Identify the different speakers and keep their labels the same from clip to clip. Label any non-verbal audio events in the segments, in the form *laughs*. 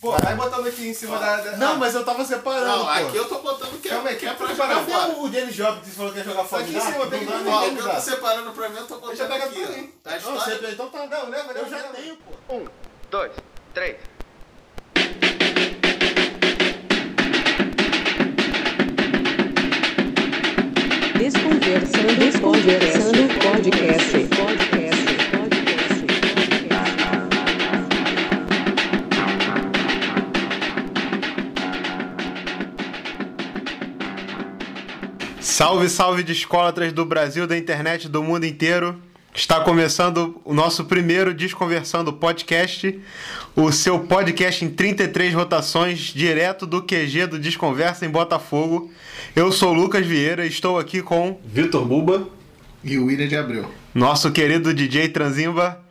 Speaker 1: Pô, vai botando aqui em cima da. da-
Speaker 2: Não, mas eu tava separando.
Speaker 3: Não,
Speaker 2: pô.
Speaker 3: aqui eu tô botando que é,
Speaker 1: Calma aí,
Speaker 3: que é pra
Speaker 1: que
Speaker 3: jogar
Speaker 1: preparado.
Speaker 3: fora.
Speaker 2: Até o Dennis Job que você falou que ia jogar fora.
Speaker 1: Aqui em cima, tem que-
Speaker 3: Ó, o que eu
Speaker 2: Não,
Speaker 3: tô separando pra mim, eu tô
Speaker 1: já
Speaker 3: botando
Speaker 1: pega
Speaker 3: aqui,
Speaker 1: pra mim.
Speaker 3: ó. A
Speaker 2: você-
Speaker 3: história...
Speaker 2: então tá.
Speaker 1: Não, leva, leva,
Speaker 2: Eu já
Speaker 1: leva.
Speaker 2: tenho, pô.
Speaker 4: Um, dois, três.
Speaker 5: Desconversando, desconversando, podcast, podcast, podcast.
Speaker 6: Salve, salve de escolatras do Brasil, da internet, do mundo inteiro. Está começando o nosso primeiro Desconversando Podcast, o seu podcast em 33 rotações, direto do QG do Desconversa em Botafogo. Eu sou o Lucas Vieira e estou aqui com
Speaker 7: Vitor Buba.
Speaker 3: E o William de Abreu.
Speaker 6: nosso querido DJ Transimba.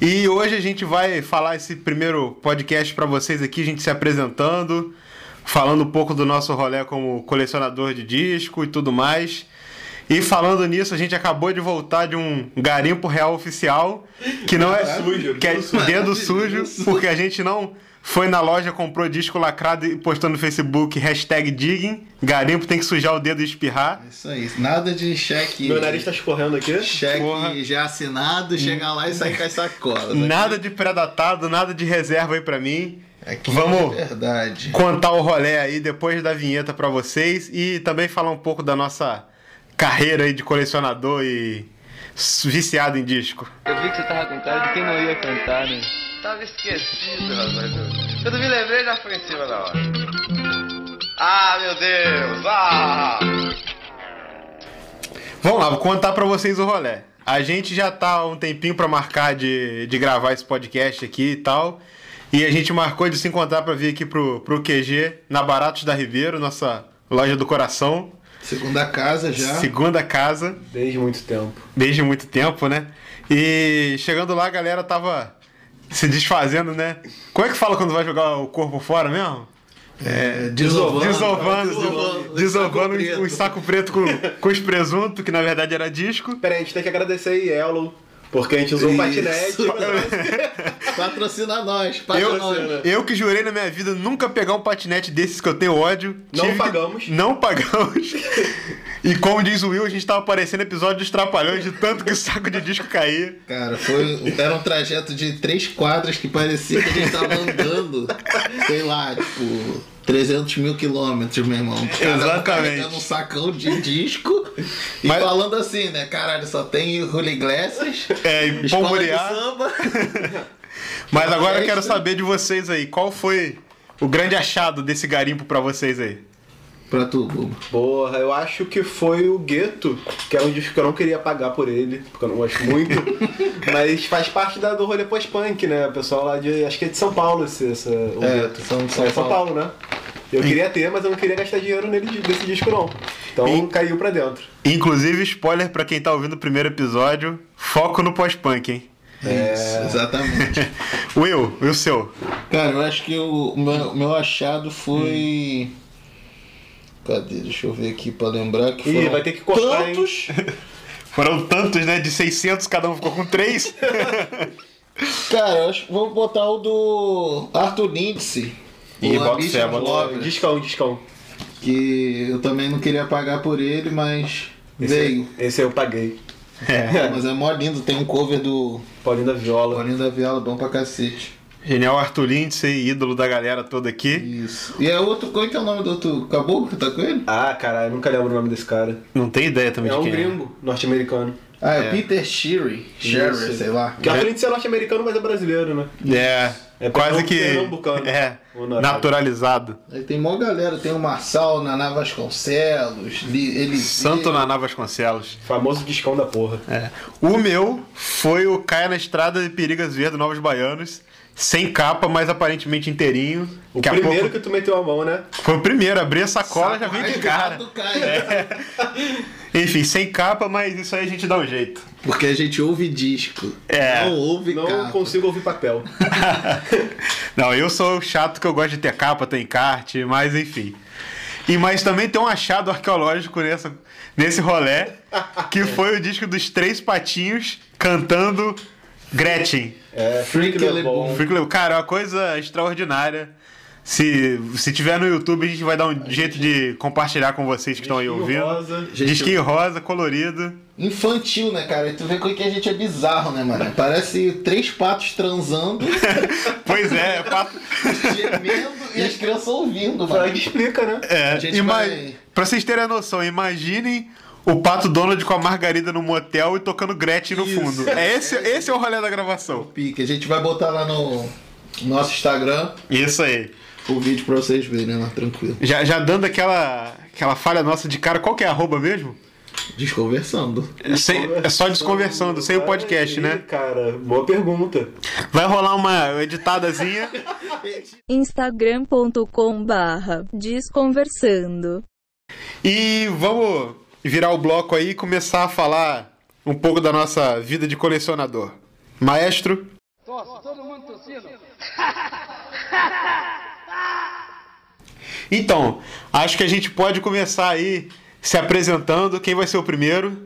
Speaker 6: E hoje a gente vai falar esse primeiro podcast para vocês aqui, a gente se apresentando, falando um pouco do nosso rolê como colecionador de disco e tudo mais. E falando nisso, a gente acabou de voltar de um garimpo real oficial, que não é
Speaker 7: sujo,
Speaker 6: que é
Speaker 7: dedo sujo.
Speaker 6: dedo sujo, porque a gente não foi na loja, comprou disco lacrado e postou no Facebook hashtag digging. Garimpo tem que sujar o dedo e espirrar.
Speaker 3: Isso aí. Nada de cheque.
Speaker 7: Meu nariz tá escorrendo aqui.
Speaker 3: Cheque
Speaker 6: Porra.
Speaker 3: já assinado, chegar lá e sair com as sacolas.
Speaker 6: Nada de pré-datado, nada de reserva aí pra mim.
Speaker 3: Aqui
Speaker 6: Vamos.
Speaker 3: É verdade.
Speaker 6: Contar o rolê aí depois da vinheta pra vocês e também falar um pouco da nossa carreira aí de colecionador e s- viciado em disco.
Speaker 4: Eu vi que você tava com cara de quem não ia cantar, né? Tava esquecido, rapaz. Quando me lembrei, já foi em cima da hora. Ah, meu Deus! Ah!
Speaker 6: Vamos lá, vou contar pra vocês o rolê. A gente já tá há um tempinho pra marcar de, de gravar esse podcast aqui e tal. E a gente marcou de se encontrar pra vir aqui pro, pro QG, na Baratos da Ribeiro, nossa loja do coração.
Speaker 3: Segunda casa já.
Speaker 6: Segunda casa.
Speaker 7: Desde muito tempo.
Speaker 6: desde muito tempo, né? E chegando lá, a galera tava se desfazendo, né? Como é que fala quando vai jogar o corpo fora mesmo?
Speaker 3: É, desovando. Tá
Speaker 6: desovando,
Speaker 3: desovando, Tá
Speaker 6: desovando, desovando
Speaker 3: saco
Speaker 6: um saco preto com, com os presunto, que na verdade era disco.
Speaker 7: Peraí, a gente tem que agradecer aí, Yellow, porque a gente usou um o
Speaker 3: Isso.
Speaker 7: patinete.
Speaker 3: Patrocina nós,
Speaker 6: Eu, né?
Speaker 3: patrocina nós.
Speaker 6: eu que jurei na minha vida nunca pegar um patinete desses que eu tenho ódio.
Speaker 7: Não
Speaker 6: que-
Speaker 7: pagamos.
Speaker 6: Não pagamos. e como diz o Will, a gente tava parecendo episódio dos Trapalhões de tanto que o saco de disco caía.
Speaker 3: Cara, foi, era um trajeto de três quadras que parecia que a gente tava andando, sei lá, tipo, 300 mil quilômetros, meu irmão. Cada um
Speaker 6: Exatamente.
Speaker 3: carregando um sacão de disco e
Speaker 6: Mas-
Speaker 3: falando assim, né? Caralho, só tem Holy Glasses,
Speaker 6: É, e
Speaker 3: escola de
Speaker 6: bomborear.
Speaker 3: samba.
Speaker 6: Mas agora eu
Speaker 3: Extra.
Speaker 6: quero saber de vocês aí, qual foi o grande achado desse garimpo pra vocês aí?
Speaker 3: pra tu, Buba.
Speaker 7: Porra, eu acho que foi o Gueto, que era um disco que eu não queria pagar por ele, porque eu não gosto
Speaker 3: *laughs*
Speaker 7: muito. mas faz parte da, do rolê pós-punk, né? O pessoal lá de. Acho que é de São Paulo esse, essa, o
Speaker 3: É,
Speaker 7: Gueto.
Speaker 3: São- São
Speaker 7: é São Paulo,
Speaker 3: Paulo.
Speaker 7: né? Eu queria ter, mas eu não queria gastar dinheiro nele desse disco, não. Então
Speaker 6: E-
Speaker 7: caiu pra dentro.
Speaker 6: Inclusive, spoiler pra quem tá ouvindo o primeiro episódio, foco no pós-punk, hein? *laughs*
Speaker 7: É,
Speaker 3: Isso, exatamente.
Speaker 6: Will, e o seu?
Speaker 3: *laughs* Cara, eu acho que o o meu, o meu achado foi. Cadê? Deixa eu ver aqui pra lembrar que
Speaker 7: Ih,
Speaker 3: foram
Speaker 7: vai ter que cortar, hein?
Speaker 3: tantos.
Speaker 6: Foram tantos, né? De 600, cada um ficou com três. *laughs*
Speaker 3: Cara, eu acho que vou botar o do Arthur Lindsay.
Speaker 6: Ih,
Speaker 3: o
Speaker 6: bota
Speaker 3: Ambition
Speaker 6: fé, bota
Speaker 3: Lover,
Speaker 7: Discão, discão.
Speaker 3: Que eu também não queria pagar por ele, mas
Speaker 7: Esse-
Speaker 3: veio.
Speaker 7: Esse eu paguei. *laughs*
Speaker 3: Pô, Mas é mó lindo, tem um cover do
Speaker 7: Paulinho da Viola.
Speaker 3: Paulinho da Viola, bom pra cacete.
Speaker 6: Genial Arthur Lindsay, ídolo da galera toda aqui.
Speaker 3: Isso. E é outro, qual é que é o nome do outro caboclo? Tá com ele?
Speaker 7: Ah, caralho, nunca lembro o nome desse cara.
Speaker 6: Não tem ideia também
Speaker 7: É
Speaker 6: de
Speaker 7: um
Speaker 6: quem
Speaker 7: gringo norte-americano.
Speaker 3: Ah, é, Peter Sheary. Shearer,
Speaker 7: Isso.
Speaker 3: sei lá.
Speaker 7: Que é além de ser norte-americano, mas é brasileiro, né?
Speaker 6: é. É,
Speaker 7: É
Speaker 6: quase que
Speaker 7: pernambucano.
Speaker 6: é
Speaker 7: Ou não.
Speaker 6: naturalizado.
Speaker 3: Aí tem mó galera, tem o Marçal, Naná Vasconcelos, Li- ele
Speaker 6: Santo Naná Vasconcelos.
Speaker 7: Famoso discão da porra.
Speaker 6: É. O meu foi o Caia na Estrada de Perigas Verdes Novos Baianos, sem capa, mas aparentemente inteirinho.
Speaker 7: O
Speaker 6: Daqui a
Speaker 7: primeiro
Speaker 6: pouco-
Speaker 7: que tu meteu a mão, né?
Speaker 6: Foi o primeiro, abri a sacola já vem de cara. É. Enfim, sem capa, mas isso aí a gente dá
Speaker 7: *laughs*
Speaker 6: um jeito.
Speaker 3: Porque a gente ouve disco.
Speaker 6: É.
Speaker 3: Não ouve
Speaker 7: Não
Speaker 3: capa.
Speaker 7: consigo ouvir papel.
Speaker 6: Não, eu sou chato que eu gosto de ter capa, ter encarte, mas enfim. E mas também tem um achado arqueológico nessa, nesse rolé, que foi o disco dos Três Patinhos cantando Gretchen.
Speaker 7: É, Freak
Speaker 3: Freak Lebon.
Speaker 7: Lebon.
Speaker 6: Fico lembrando. Cara, é uma coisa extraordinária. Se, se tiver no YouTube, a gente vai dar um jeito de compartilhar com vocês que estão aí
Speaker 7: Disquinho
Speaker 6: ouvindo.
Speaker 7: rosa.
Speaker 6: Disquinho rosa, colorido.
Speaker 3: Infantil, né, cara? E tu vê como que a gente é bizarro, né, mano? Parece três patos transando,
Speaker 6: Pois é, é pato.
Speaker 3: gemendo e as crianças ouvindo, mano.
Speaker 7: Freud explica, né?
Speaker 6: É,
Speaker 3: *laughs* A gente
Speaker 6: ima-
Speaker 3: vai-
Speaker 6: Pra vocês terem a noção, imaginem o Pato Donald com a Margarida no motel e tocando Gretchen no
Speaker 3: Isso.
Speaker 6: fundo. É esse, esse é o rolê da gravação.
Speaker 3: Pique, a gente vai botar lá no nosso Instagram
Speaker 6: Isso aí.
Speaker 3: o vídeo pra vocês verem lá, tranquilo.
Speaker 6: Já, já dando aquela, aquela falha nossa de cara, qual que é a arroba mesmo?
Speaker 3: Desconversando.
Speaker 6: É, sem- é só desconversando, sem o podcast,
Speaker 7: Ih,
Speaker 3: *laughs*
Speaker 6: né?
Speaker 7: Cara, boa pergunta.
Speaker 6: Vai rolar uma editadazinha.
Speaker 8: instagram.com barra desconversando
Speaker 6: E vamos virar o bloco aí e começar a falar um pouco da nossa vida de colecionador. Maestro, *laughs* então, acho que a gente pode começar aí se apresentando. Quem vai ser o primeiro?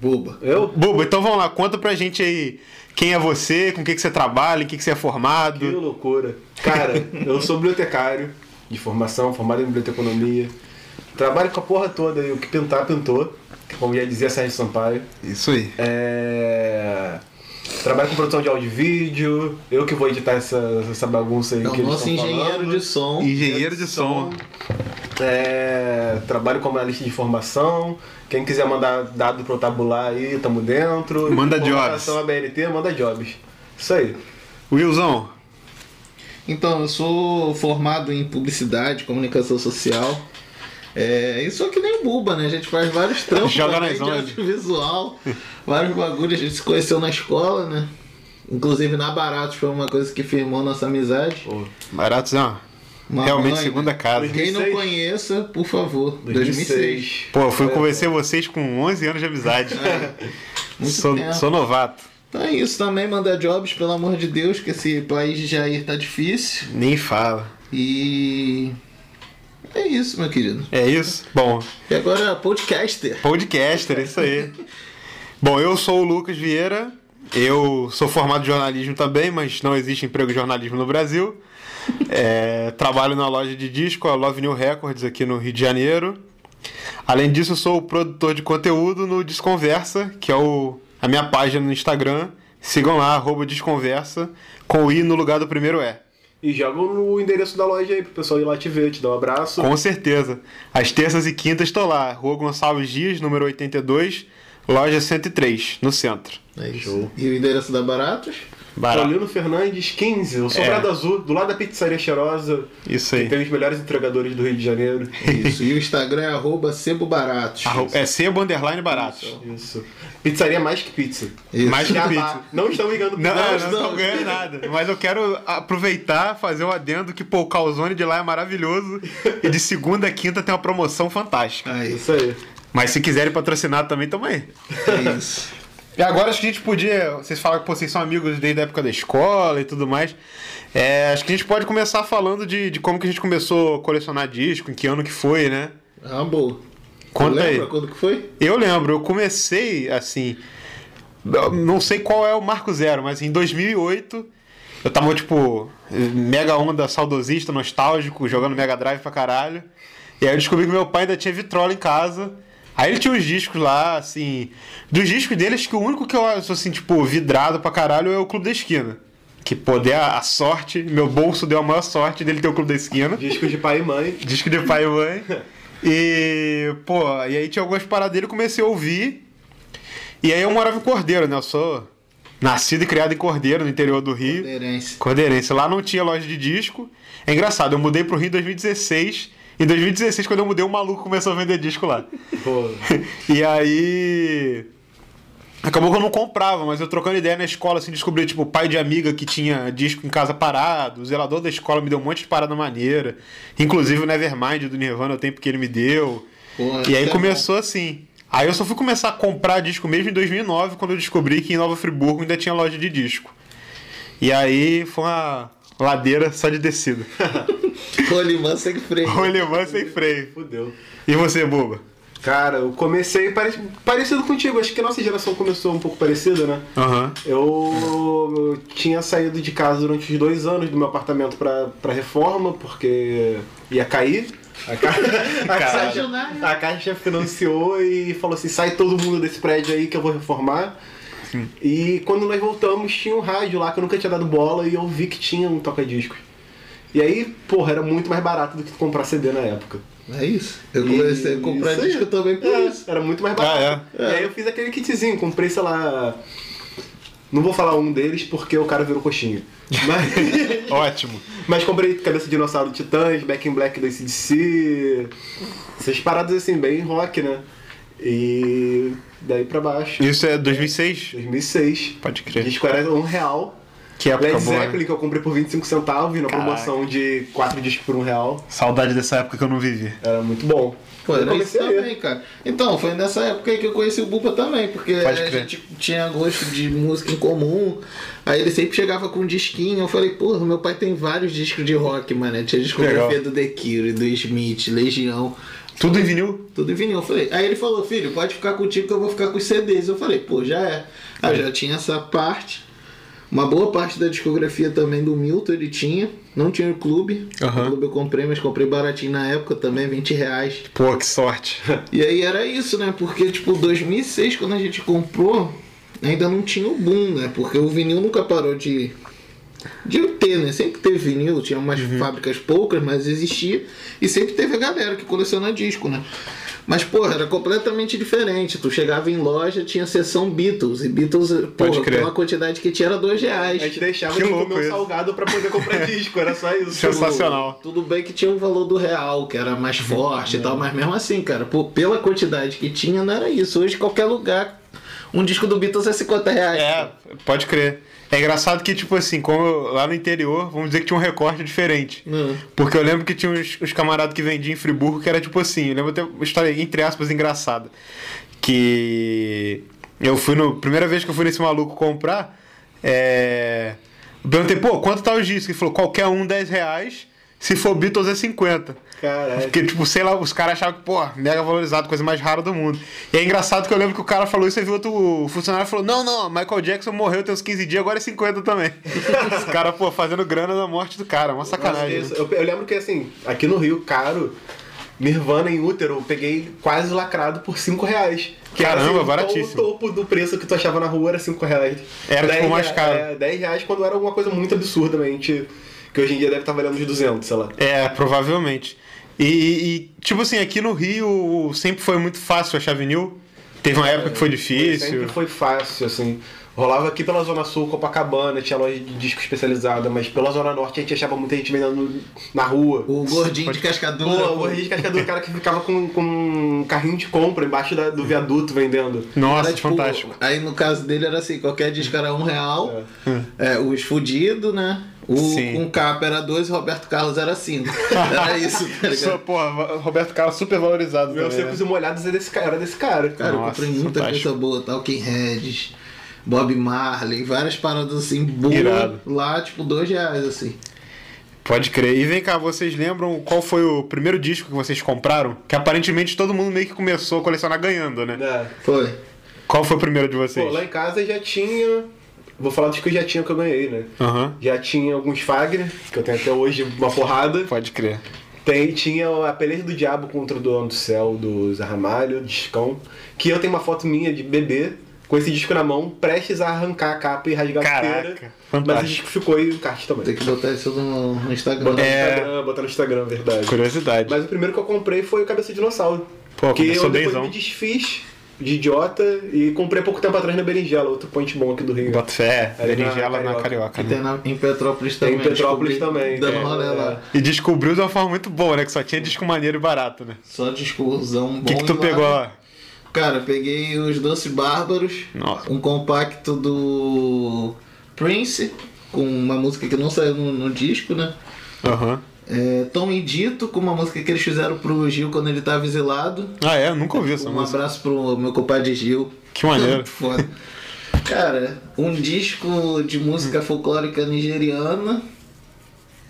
Speaker 3: Boba.
Speaker 7: Eu? *laughs*
Speaker 6: Bubo, então vamos lá, conta pra gente aí quem é você, com o que, que você trabalha, em que, que você é
Speaker 7: Que
Speaker 6: formado.
Speaker 7: loucura. Cara, eu sou bibliotecário de formação, formado em biblioteconomia. Trabalho com a porra toda e o que pintar, pintou. Como já dizia Sérgio Sampaio.
Speaker 6: Isso aí.
Speaker 7: É... Trabalho com produção de áudio e vídeo. Eu que vou editar essa, essa bagunça aí
Speaker 3: É
Speaker 7: que
Speaker 3: o
Speaker 7: eles
Speaker 3: nosso
Speaker 7: estão
Speaker 3: engenheiro
Speaker 7: falando.
Speaker 3: de som.
Speaker 6: Engenheiro de som.
Speaker 7: É, trabalho como analista de informação. Quem quiser mandar dado pro tabular aí, tamo dentro.
Speaker 6: Manda
Speaker 7: Informação ABLT, manda jobs. Isso aí.
Speaker 6: Wilson,
Speaker 3: Então, eu sou formado em publicidade, comunicação social. É, e sou que nem o Buba, né? A gente faz
Speaker 6: *laughs*
Speaker 3: vários trampos
Speaker 6: Joga
Speaker 3: também
Speaker 6: nas
Speaker 3: de
Speaker 6: ondas.
Speaker 3: audiovisual, vários bagulhos. A gente se conheceu na escola, né? Inclusive na Baratos foi uma coisa que firmou nossa amizade.
Speaker 6: Baratuzão.
Speaker 3: Uma
Speaker 6: Realmente
Speaker 3: mãe,
Speaker 6: segunda
Speaker 3: né?
Speaker 6: casa.
Speaker 3: Quem não
Speaker 7: 2006?
Speaker 3: conheça, por favor, 2006.
Speaker 6: Pô, eu fui convencer vocês com 11 anos de amizade.
Speaker 3: Muito
Speaker 6: sou,
Speaker 3: tempo.
Speaker 6: sou novato.
Speaker 3: Então é isso também, mandar jobs, pelo amor de Deus, que esse país de Jair tá difícil.
Speaker 6: Nem fala.
Speaker 3: E. É isso, meu querido.
Speaker 6: É isso? Bom,
Speaker 3: E agora, podcaster.
Speaker 6: podcaster, é isso aí. Bom, eu sou o Lucas Vieira. Eu sou formado em jornalismo também, mas não existe emprego de jornalismo no Brasil. É, trabalho na loja de disco, a Love New Records, aqui no Rio de Janeiro. Além disso, sou o produtor de conteúdo no Desconversa, que é o, a minha página no Instagram. Sigam lá, arroba Desconversa, com o i no lugar do primeiro E.
Speaker 7: E joga no endereço da loja aí pro pessoal ir lá te ver, te dar um abraço.
Speaker 6: Com certeza. Às terças e quintas estou lá, Rua Gonçalves Dias, número 82, loja 103, no centro.
Speaker 3: É isso. E o endereço da Baratos?
Speaker 6: Barato.
Speaker 7: Paulino Fernandes, 15, o
Speaker 6: É.
Speaker 7: Sobrado Azul, do lado da Pizzaria Cheirosa,
Speaker 6: Isso
Speaker 7: que
Speaker 6: aí.
Speaker 7: tem os melhores entregadores do Rio de
Speaker 6: *laughs*
Speaker 7: Janeiro.
Speaker 3: Isso. E o Instagram é arroba sebobaratos.
Speaker 6: Arro- É sebo underline barato.
Speaker 7: Isso. Pizzaria mais que pizza.
Speaker 3: Isso.
Speaker 6: Mais que
Speaker 7: Já
Speaker 6: pizza.
Speaker 7: tá. Não estão ligando
Speaker 6: Não, não, não,
Speaker 7: estão
Speaker 6: tô ganhando nada. Mas eu quero aproveitar, fazer um adendo que, pô, o calzone de lá é maravilhoso. E de segunda a quinta tem uma promoção fantástica.
Speaker 3: Aí,
Speaker 7: Isso aí.
Speaker 6: Mas se quiserem patrocinar também, tamo aí.
Speaker 3: é isso.
Speaker 6: E agora acho que a gente podia. Vocês falam que pô, vocês são amigos desde a época da escola e tudo mais. É, acho que a gente pode começar falando de, de como que a gente começou a colecionar disco, em que ano que foi, né?
Speaker 3: É uma boa.
Speaker 6: Conta aí.
Speaker 3: Lembra quando que foi?
Speaker 6: Eu lembro, eu comecei assim. eu Não sei qual é o marco zero, mas em 2008 eu tava tipo mega onda saudosista, nostálgico, jogando Mega Drive pra caralho. E aí eu descobri que meu pai ainda tinha vitrola em casa. Aí ele tinha uns discos lá, assim. Dos discos dele, acho que o único que eu sou assim, tipo, vidrado pra caralho é o Clube da Esquina. Que poder a, a sorte, meu bolso deu a maior sorte dele ter o Clube da Esquina.
Speaker 7: Discos de pai e mãe.
Speaker 6: Disco de é pai e mãe. E, pô, e aí tinha algumas paradas dele, eu comecei a ouvir. E aí eu morava em Cordeiro, né? Eu sou nascido e criado em Cordeiro, no interior do Rio.
Speaker 3: Coerência.
Speaker 6: Cordeirense. Lá não tinha loja de disco. É engraçado, eu mudei pro Rio em 2016. Em 2016, quando eu mudei, um maluco começou a vender disco lá.
Speaker 7: Pô,
Speaker 6: *laughs* E aí. Acabou que eu não comprava, mas eu trocando ideia na escola, assim, descobri, tipo, pai de amiga que tinha disco em casa parado, o zelador da escola me deu um monte de parada maneira. Inclusive o Nevermind do Nirvana, o tempo que ele me deu.
Speaker 3: Porra,
Speaker 6: e aí
Speaker 3: isso é
Speaker 6: começou assim. Aí eu só fui começar a comprar disco mesmo em 2009, quando eu descobri que em Nova Friburgo ainda tinha loja de disco. E aí foi uma ladeira só de descida. *laughs*
Speaker 3: Rolimã segue freio.
Speaker 6: Rolemã sem freio.
Speaker 7: fudeu.
Speaker 6: E você, boba?
Speaker 7: Cara, eu comecei pare- parecido contigo, acho que a nossa geração começou um pouco parecida, né?
Speaker 6: Aham.
Speaker 7: Eu, eu tinha saído de casa durante os dois anos do meu apartamento pra, pra reforma, porque ia cair. A, ca... *laughs* a, caixa, a Caixa financiou e falou assim: sai todo mundo desse prédio aí que eu vou reformar. E quando nós voltamos, tinha um rádio lá que eu nunca tinha dado bola e eu vi que tinha um toca-discos. E aí, porra, era muito mais barato do que comprar CD na época.
Speaker 3: É isso. Eu comecei a comprar
Speaker 7: Isso aí.
Speaker 3: disco também por
Speaker 7: É,
Speaker 3: isso.
Speaker 7: Era muito mais
Speaker 6: Ah,
Speaker 7: barato. E aí eu fiz aquele kitzinho, comprei, sei lá. Não vou falar um deles porque o cara virou
Speaker 6: *laughs*
Speaker 7: coxinha. Mas,
Speaker 6: Ótimo.
Speaker 7: mas comprei Cabeça de Dinossauro do Titãs, Back in Black do ACDC. Essas paradas assim, bem rock, né? E daí pra baixo.
Speaker 6: Isso é 2006?
Speaker 7: 2006.
Speaker 6: Pode
Speaker 7: O
Speaker 6: crer.
Speaker 7: disco era um real.
Speaker 6: Que época
Speaker 7: Led
Speaker 6: boa.
Speaker 7: Zeppelin,
Speaker 6: né?
Speaker 7: que eu comprei por 25 centavos na
Speaker 6: Caraca.
Speaker 7: promoção de 4 discos por um real.
Speaker 6: Saudade dessa época que eu não vivi.
Speaker 7: Era muito bom.
Speaker 3: Pô,
Speaker 7: eu
Speaker 3: era isso
Speaker 7: comecei a ler.
Speaker 3: também, cara. Então, foi nessa época aí que eu conheci o Buba também, porque
Speaker 6: Pode
Speaker 3: a
Speaker 6: crer.
Speaker 3: gente tinha gosto de música em comum. Aí ele sempre chegava com um disquinho. Eu falei, porra, meu pai tem vários discos de rock, mano. Tinha discografia
Speaker 6: Legal.
Speaker 3: do The Cure, do Smith, Legião.
Speaker 6: Tudo em vinil?
Speaker 3: Tudo em vinil. Eu falei, aí ele falou, filho, pode ficar contigo que eu vou ficar com os CDs. Eu falei, pô, já é. Aí eu já tinha essa parte. Uma boa parte da discografia também do Milton ele tinha. Não tinha o clube.
Speaker 6: Aham.
Speaker 3: O clube eu comprei, mas comprei baratinho na época também, 20 reais.
Speaker 6: Pô, que sorte.
Speaker 3: E aí era isso, né? Porque, tipo, 2006, quando a gente comprou, ainda não tinha o boom, né? Porque o vinil nunca parou de. De ter, né? Sempre teve vinil, tinha umas fábricas poucas, mas existia. E sempre teve a galera que coleciona disco, né? Mas, porra, era completamente diferente. Tu chegava em loja, tinha seção Beatles. E Beatles, porra,
Speaker 6: crer.
Speaker 3: pela quantidade que tinha, era dois reais.
Speaker 7: A gente deixava
Speaker 6: Que
Speaker 7: de
Speaker 6: louco
Speaker 7: comer um
Speaker 6: isso.
Speaker 7: salgado pra poder
Speaker 6: *laughs*
Speaker 7: comprar disco, era só isso.
Speaker 6: Sensacional.
Speaker 3: Tudo bem que tinha um valor do real, que era
Speaker 6: Uhum.
Speaker 3: mais forte
Speaker 6: É.
Speaker 3: e tal, mas mesmo assim, cara, pô, pela quantidade que tinha, não era isso. Hoje, qualquer lugar, um disco do Beatles é 50 reais.
Speaker 6: É, pode crer. É engraçado que, tipo assim, como eu- lá no interior, vamos dizer que tinha um recorte diferente.
Speaker 3: Hum.
Speaker 6: Porque eu lembro que tinha uns, uns camaradas que vendiam em Friburgo que era tipo assim, eu lembro até uma história, entre aspas, engraçada. Que eu fui no. Primeira vez que eu fui nesse maluco comprar, é. eu Perguntei, pô, quanto tá os discos? Ele falou, qualquer um 10 reais, se for Beatles é 50.
Speaker 7: Caralho.
Speaker 6: Porque, tipo, sei lá, os caras achavam que, pô, mega valorizado, coisa mais rara do mundo. E é engraçado que eu lembro que o cara falou isso e viu outro funcionário e falou: Não, não, Michael Jackson morreu tem uns 15 dias, agora é 50 *laughs* também. os caras, pô, fazendo grana da morte do cara, uma sacanagem.
Speaker 7: Isso,
Speaker 6: né?
Speaker 7: Eu, eu lembro que assim, aqui no Rio, caro, Nirvana em útero, eu peguei quase lacrado por 5 reais. Que era,
Speaker 6: Caramba,
Speaker 7: assim,
Speaker 6: baratíssimo.
Speaker 7: O topo do preço que tu achava na rua era 5 reais.
Speaker 6: Era, tipo,
Speaker 7: Dez
Speaker 6: mais
Speaker 7: rea-
Speaker 6: caro.
Speaker 7: É, 10 reais quando era alguma coisa muito absurda, né? A gente- que hoje em dia deve estar valendo uns 200, sei lá.
Speaker 6: É, provavelmente. E, e- e, tipo assim, aqui no Rio sempre foi muito fácil achar vinil. Teve uma época que É, foi difícil.
Speaker 7: Sempre foi fácil, assim. Rolava aqui pela Zona Sul, Copacabana, tinha loja de disco especializada, mas pela Zona Norte a gente achava muita gente vendendo na rua.
Speaker 3: O gordinho de cascadura. né,
Speaker 7: Pô, o Rei de Cascadura, o cara que ficava com, com um carrinho de compra embaixo da- do viaduto vendendo.
Speaker 6: Nossa,
Speaker 3: Era, tipo,
Speaker 6: fantástico.
Speaker 3: Aí no caso dele era assim, qualquer disco era um real, é, os fudidos, né? O
Speaker 6: Sim.
Speaker 3: com capa era dois, Roberto Carlos
Speaker 6: *laughs*
Speaker 3: era cinco. Era isso,
Speaker 6: Só,
Speaker 3: tá ligado?
Speaker 6: porra, Roberto Carlos super valorizado.
Speaker 7: Meus
Speaker 6: também, né?
Speaker 7: secos e molhados era desse cara. Era desse cara.
Speaker 3: Cara, eu
Speaker 6: Nossa,
Speaker 3: comprei muita
Speaker 6: fantástico.
Speaker 3: coisa boa, Talking Heads, Bob Marley, várias paradas assim, boas,
Speaker 6: Irado.
Speaker 3: lá, tipo, dois reais, assim.
Speaker 6: Pode crer. E vem cá, vocês lembram qual foi o primeiro disco que vocês compraram? Que aparentemente todo mundo meio que começou a colecionar ganhando, né?
Speaker 7: É.
Speaker 3: Foi.
Speaker 6: Qual foi o primeiro de vocês?
Speaker 7: Pô, lá em casa já tinha. Vou falar dos que eu já tinha que eu ganhei, né?
Speaker 6: Aham.
Speaker 7: Já tinha alguns Fagner, que eu tenho até hoje uma porrada.
Speaker 6: Pode crer.
Speaker 7: Tem, tinha a Peleja do Diabo contra o Dono do Céu, do Zé Ramalho, Discão. Que eu tenho uma foto minha de bebê, com esse disco na mão, prestes a arrancar a capa e rasgar a
Speaker 6: Caraca,
Speaker 7: pulseira. Mas o
Speaker 6: fantástico.
Speaker 7: disco ficou e o encaixe também.
Speaker 3: Tem que botar isso no, no Instagram.
Speaker 7: Botar
Speaker 6: É.
Speaker 7: no Instagram, botar no Instagram, verdade.
Speaker 6: Curiosidade.
Speaker 7: Mas o primeiro que eu comprei foi o Cabeça de Dinossauro.
Speaker 6: Pô,
Speaker 7: que
Speaker 6: começou
Speaker 7: eu depois
Speaker 6: bemzão.
Speaker 7: me desfiz de idiota e comprei pouco tempo atrás na Berinjela, outro point bom aqui do Rio.
Speaker 6: Bota fé,
Speaker 7: Ali na
Speaker 6: berinjela na
Speaker 7: Carioca.
Speaker 6: carioca.
Speaker 3: Que
Speaker 6: né?
Speaker 3: tem na- em Petrópolis
Speaker 7: Tem
Speaker 3: também.
Speaker 7: em Petrópolis
Speaker 3: descobri,
Speaker 7: também,
Speaker 3: Dando
Speaker 7: é,
Speaker 3: rolê lá.
Speaker 6: E descobriu de uma forma muito boa, né? Que só tinha disco maneiro e barato, né?
Speaker 3: Só discursão bom.
Speaker 6: O que, que tu
Speaker 3: e lá-
Speaker 6: pegou lá?
Speaker 3: Cara, eu peguei os Doces Bárbaros,
Speaker 6: Nossa.
Speaker 3: um compacto do Prince, com uma música que não saiu no, no disco, né?
Speaker 6: Aham.
Speaker 3: É, Tom e Dito, com uma música que eles fizeram pro Gil quando ele tava exilado.
Speaker 6: Ah, é? Nunca ouvi essa
Speaker 3: Um
Speaker 6: música.
Speaker 3: abraço pro meu compadre Gil.
Speaker 6: Que maneiro.
Speaker 3: *laughs* Muito foda. Cara, um disco de música folclórica nigeriana.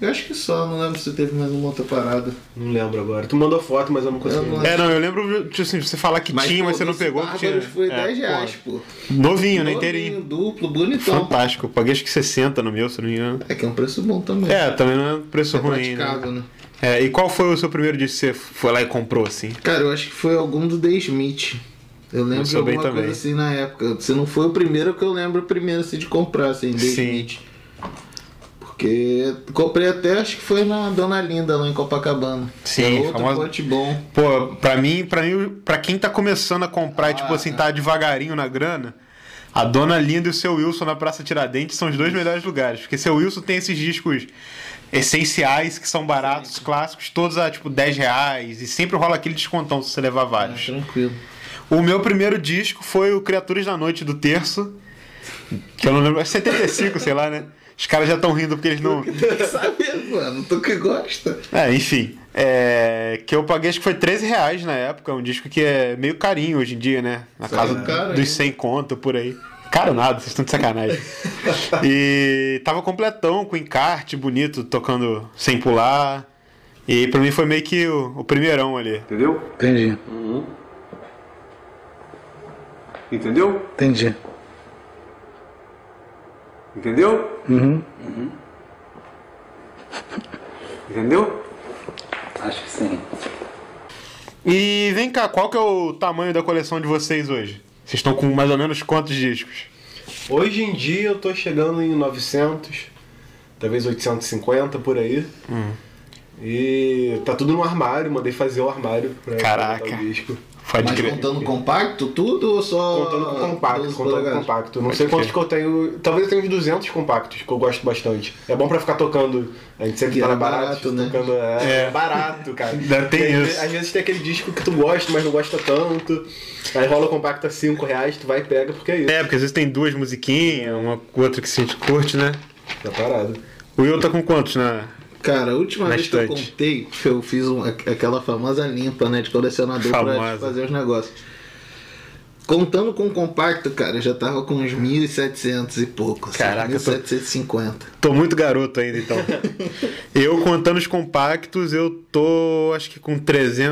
Speaker 3: Eu acho que só, não lembro se teve mais uma outra parada.
Speaker 7: Não lembro agora. Tu mandou foto, mas eu não consegui.
Speaker 3: Eu não-
Speaker 6: É, não, eu lembro tipo assim, você falar que tinha,
Speaker 3: pô,
Speaker 6: mas você não
Speaker 3: desse
Speaker 6: pegou. que tinha.
Speaker 3: Bárbaros foi
Speaker 6: É,
Speaker 3: 10
Speaker 6: pô,
Speaker 3: reais, pô.
Speaker 6: Novinho, né?
Speaker 3: Novinho, então.
Speaker 6: Inteirinho.
Speaker 3: Duplo, bonitão.
Speaker 6: Fantástico. Eu Paguei acho que 60 no meu, se não me engano.
Speaker 3: É que é um preço bom também.
Speaker 6: É, também não é preço
Speaker 3: é
Speaker 6: ruim, né?
Speaker 3: praticável, né?
Speaker 6: É, e qual foi o seu primeiro disco que você foi lá e comprou, assim?
Speaker 3: Cara, eu acho que foi algum do The Smith. Eu lembro
Speaker 6: Eu
Speaker 3: de
Speaker 6: sou bem
Speaker 3: alguma
Speaker 6: também.
Speaker 3: coisa assim na época. Se não foi o primeiro que eu lembro, o primeiro assim de comprar, assim, The
Speaker 6: Sim.
Speaker 3: Smith. Porque comprei até, acho que foi na Dona Linda, lá em Copacabana.
Speaker 6: Sim,
Speaker 3: é outro
Speaker 6: famosa-
Speaker 3: pote bom.
Speaker 6: Pô, pra mim, pra mim, pra quem tá começando a comprar
Speaker 3: Ah,
Speaker 6: e, tipo
Speaker 3: é.
Speaker 6: assim, tá devagarinho na grana, a Dona Linda e o seu Wilson na Praça Tiradentes são os dois melhores lugares. Porque seu Wilson tem esses discos essenciais que são baratos, clássicos, todos a tipo 10 reais. E sempre rola aquele descontão se você levar
Speaker 3: Ah,
Speaker 6: vários.
Speaker 3: tranquilo. *laughs*
Speaker 6: O meu primeiro disco foi o Criaturas da Noite do Terço. Que eu não lembro, é 75, sei lá, né? Os caras já estão rindo porque eles não.
Speaker 3: Sabe, mano, tu que gosta.
Speaker 6: É, enfim. É, que eu paguei, acho que foi 13 reais na época. Um disco que é meio carinho hoje em dia, né? Na
Speaker 3: Isso
Speaker 6: casa
Speaker 3: é caro
Speaker 6: dos
Speaker 3: ainda.
Speaker 6: 100 conto, por aí. Caro nada, vocês estão de sacanagem. e tava completão, com encarte bonito, tocando sem pular. E pra mim foi meio que o, o primeirão ali.
Speaker 9: Entendi.
Speaker 2: Entendeu?
Speaker 9: Entendi.
Speaker 2: Entendeu?
Speaker 9: Uhum.
Speaker 2: Entendeu?
Speaker 9: Acho que sim.
Speaker 6: E vem cá, qual que é o tamanho da coleção de vocês hoje? Vocês estão com mais ou menos quantos discos?
Speaker 7: Hoje em dia eu tô chegando em 900, talvez 850 por aí.
Speaker 6: Hum.
Speaker 7: E tá tudo no armário, mandei fazer o armário pra
Speaker 6: Caraca.
Speaker 7: botar o disco.
Speaker 6: Pode
Speaker 3: Mas
Speaker 6: crer.
Speaker 3: contando compacto, tudo ou só.
Speaker 7: Contando com compacto,
Speaker 3: 12
Speaker 7: contando com
Speaker 3: Ah, polegadas?
Speaker 7: compacto. Não
Speaker 6: Pode
Speaker 7: sei quantos
Speaker 6: crer.
Speaker 7: que eu tenho. Talvez eu tenha uns 200 compactos, que eu gosto bastante. É bom pra ficar tocando. A gente sempre
Speaker 3: Que
Speaker 7: tá na
Speaker 3: é
Speaker 7: barato,
Speaker 3: barato, né?
Speaker 7: tocando. É,
Speaker 6: É.
Speaker 7: barato, cara.
Speaker 6: Ainda tem
Speaker 7: Porque às
Speaker 6: isso.
Speaker 7: vezes- Às vezes tem aquele disco que tu gosta, mas não gosta tanto. Aí rola o compacto a 5 reais, tu vai e pega, porque é isso.
Speaker 6: É, porque às vezes tem duas musiquinhas, uma com outra que se curte, né?
Speaker 7: Tá parado.
Speaker 6: O Will tá com quantos, né?
Speaker 3: Cara, a última
Speaker 6: Na
Speaker 3: vez que eu
Speaker 6: estante.
Speaker 3: contei, eu fiz um- aqu- aquela famosa limpa, né, de colecionador
Speaker 6: Famosa.
Speaker 3: pra fazer os negócios. Contando com o compacto, cara, eu já tava com uns 1.700 e pouco. assim,
Speaker 6: Caraca, eu tô-
Speaker 3: 1.750.
Speaker 6: Tô muito garoto ainda,
Speaker 7: *laughs*
Speaker 6: então. eu, contando os compactos, eu tô, acho que com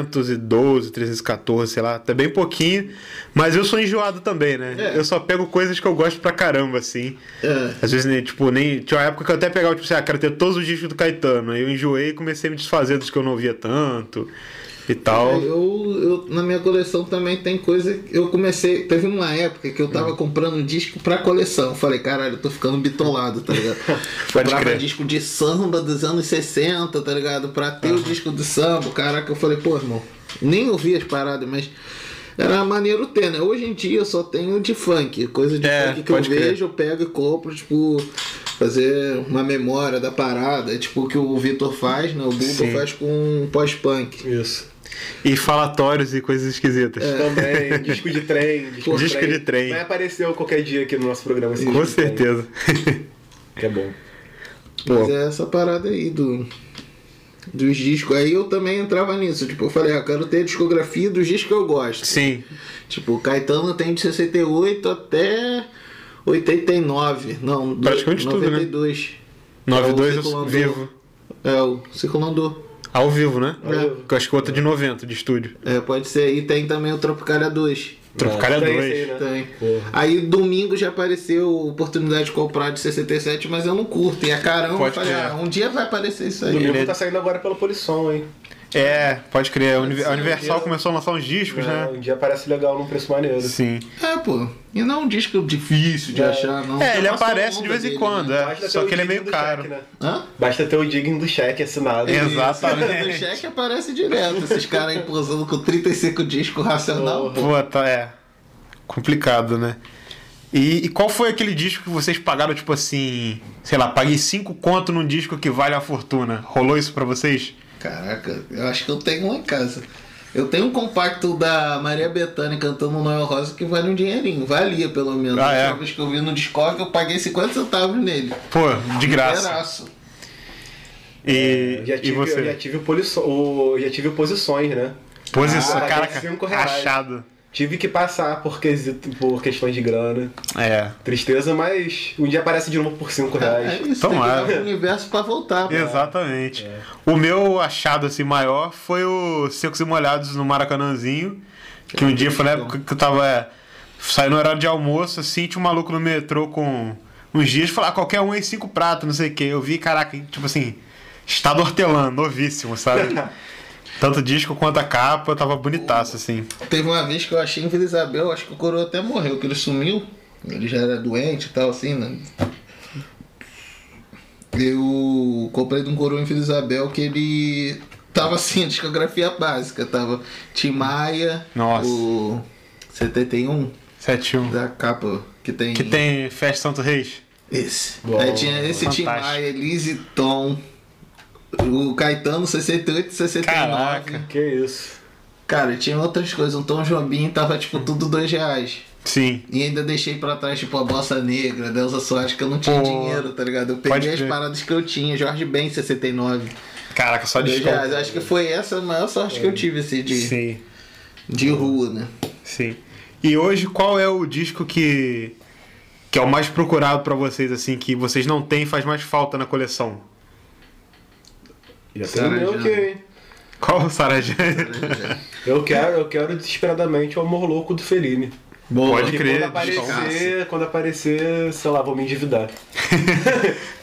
Speaker 6: 312, 314, sei lá. Tá bem pouquinho. Mas eu sou enjoado também, né?
Speaker 3: É.
Speaker 6: Eu só pego coisas que eu gosto pra caramba, assim.
Speaker 3: É.
Speaker 6: Às vezes, nem, tipo, nem. Tinha uma época que eu até pegava, tipo assim, ah, quero ter todos os discos do Caetano. Aí eu enjoei e comecei a me desfazer dos que eu não via tanto e tal.
Speaker 3: É,
Speaker 7: É.
Speaker 3: Eu, eu- na minha coleção também tem coisa. que Eu comecei. Teve uma época que eu tava comprando um disco pra coleção. Falei, caralho, eu tô ficando bitolado, tá
Speaker 6: *laughs*
Speaker 3: ligado? Comprava
Speaker 6: crer.
Speaker 3: disco de samba dos anos 60, tá ligado? Pra ter o disco de samba. Caraca, eu falei, pô, irmão, nem ouvi as paradas, mas. Era maneiro ter, né? Hoje em dia eu só tenho de funk. Coisa de
Speaker 6: É,
Speaker 3: funk que eu
Speaker 6: pode crer.
Speaker 3: vejo, eu pego e compro, tipo, fazer uma memória da parada. Tipo o que o Vitor faz, né? O Buba
Speaker 6: Sim.
Speaker 3: faz com pós-punk.
Speaker 7: Isso.
Speaker 6: E falatórios e coisas esquisitas.
Speaker 7: É. Também, disco de trem, disco,
Speaker 6: Disco de trem.
Speaker 7: Vai aparecer qualquer dia aqui no nosso programa. esse
Speaker 6: Com
Speaker 7: disco de trem,
Speaker 6: certeza.
Speaker 7: Que é bom.
Speaker 3: Mas
Speaker 6: Pô.
Speaker 3: é essa parada aí do, dos discos. Aí eu também entrava nisso. Tipo, eu falei, ah, eu quero ter a discografia dos discos que eu gosto.
Speaker 6: Sim.
Speaker 3: Tipo, o Caetano tem de 68 até 89. Não, do-
Speaker 6: Praticamente tudo, né?
Speaker 3: 92. É
Speaker 6: 92
Speaker 3: o
Speaker 6: eu
Speaker 3: circulador.
Speaker 6: vivo.
Speaker 3: É, o Circulandor.
Speaker 6: Ao vivo, né?
Speaker 7: Ao vivo.
Speaker 6: Que eu acho que outra de 90 de estúdio.
Speaker 3: É, pode ser. aí tem também o Tropicália 2.
Speaker 6: Tropicália
Speaker 7: Tem
Speaker 6: 2.
Speaker 7: esse aí, né?
Speaker 3: Tem.
Speaker 7: Porra.
Speaker 3: Aí domingo já apareceu a oportunidade de comprar de 67, mas eu não curto. E a caramba,
Speaker 6: Pode
Speaker 3: eu falei,
Speaker 6: crer.
Speaker 3: ah, um dia vai aparecer isso aí.
Speaker 7: Domingo
Speaker 6: Ele-
Speaker 7: tá saindo agora pela Polisson, hein?
Speaker 6: É, pode crer. A Uni- a Universal
Speaker 7: Deus.
Speaker 6: começou a lançar uns discos,
Speaker 7: É,
Speaker 6: né?
Speaker 7: Um dia parece legal num preço maneiro.
Speaker 6: Sim.
Speaker 3: É, pô. E não é um disco difícil de achar, não.
Speaker 6: É, ele
Speaker 3: Eu gosto
Speaker 6: aparece
Speaker 3: da
Speaker 6: de
Speaker 3: onda
Speaker 6: vez em
Speaker 3: dele,
Speaker 6: quando,
Speaker 3: né?
Speaker 6: é.
Speaker 7: Basta ter
Speaker 6: Só
Speaker 7: o
Speaker 6: que ele é
Speaker 7: digno
Speaker 6: meio
Speaker 7: do
Speaker 6: caro.
Speaker 7: cheque, né?
Speaker 3: Hã?
Speaker 7: Basta ter o digno do cheque assinado.
Speaker 3: O
Speaker 6: Exatamente.
Speaker 3: cheque aparece direto. Esses caras aí posando com 35 discos racional. pô.
Speaker 6: Pô, tá, é. Complicado, né? E, e qual foi aquele disco que vocês pagaram, tipo assim, sei lá, paguei 5 conto num disco que vale a fortuna? Rolou isso pra vocês?
Speaker 3: Caraca, eu acho que eu tenho um em casa. Eu tenho um compacto da Maria Bethânia cantando Noel Rosa que vale um dinheirinho. Valia, pelo menos.
Speaker 6: Ah,
Speaker 3: A
Speaker 6: é?
Speaker 3: última vez que eu vi no Discord, eu paguei 50 centavos nele.
Speaker 6: Pô, de graça.
Speaker 3: Peraço.
Speaker 6: E,
Speaker 7: Eu É, já
Speaker 6: e
Speaker 7: tive,
Speaker 6: você?
Speaker 7: Eu já tive, o poliço, o, já tive o posições, né?
Speaker 6: Posição,
Speaker 7: Ah,
Speaker 6: caraca,
Speaker 7: cinco reais.
Speaker 6: achado.
Speaker 7: Tive que passar por, quesito, por questões de grana.
Speaker 6: É.
Speaker 7: Tristeza, mas um dia aparece de novo por 5
Speaker 3: É
Speaker 6: *laughs*
Speaker 7: reais.
Speaker 3: isso, tem que
Speaker 6: Tomara.
Speaker 3: dar pro universo pra voltar. pô.
Speaker 6: Exatamente. O meu achado assim maior foi o Secos e Molhados no Maracanãzinho. Que um dia foi na época que eu tava é, saindo no horário de almoço, assim, tinha um maluco no metrô com uns dias, falar qualquer um em cinco pratos, não sei o quê. Eu vi, caraca, tipo assim, estado hortelã, novíssimo, sabe? Tanto disco quanto a capa, eu tava bonitaço, assim.
Speaker 3: Teve uma vez que eu achei em Vila Isabel, acho que o coroa até morreu, que ele sumiu. Ele já era doente e tal, assim, né? Eu comprei de um coroa em Vila Isabel que ele tava assim, a discografia básica. Tava Tim Maia,
Speaker 6: Nossa.
Speaker 3: o 71
Speaker 6: 71.
Speaker 3: da capa que tem.
Speaker 6: Que tem Festa Santo Reis.
Speaker 3: Esse.
Speaker 7: Bom,
Speaker 3: Aí tinha esse Tim
Speaker 6: fantástico.
Speaker 3: Maia, Elise Tom. O Caetano 68 e 69.
Speaker 6: Caraca.
Speaker 7: Que isso.
Speaker 3: Cara, tinha outras coisas. O Tom Jobim tava tipo tudo dois reais.
Speaker 6: Sim.
Speaker 3: E ainda deixei pra trás, tipo, a Bossa Negra, Deusa Soares, que eu não tinha
Speaker 6: Pô,
Speaker 3: dinheiro, tá ligado? Eu
Speaker 6: pode
Speaker 3: peguei as
Speaker 6: crer.
Speaker 3: paradas que eu tinha, Jorge Ben, 69.
Speaker 6: Caraca, só
Speaker 3: Dois
Speaker 6: disco.
Speaker 3: reais. Acho que foi essa a maior sorte que eu tive, assim, de,
Speaker 6: Sim.
Speaker 3: de rua, né?
Speaker 6: Sim. E hoje qual é o disco que que é o mais procurado pra vocês assim que vocês não têm e faz mais falta na coleção?
Speaker 7: Já tem
Speaker 3: Sarah
Speaker 7: meu
Speaker 3: Jane.
Speaker 7: que
Speaker 6: Qual, Sarah *laughs*
Speaker 7: eu quero, eu quero desesperadamente o amor louco do Felini.
Speaker 6: *laughs* Boa. Pode
Speaker 7: Porque
Speaker 6: crer.
Speaker 7: Quando aparecer, quando aparecer, sei lá, vou me endividar.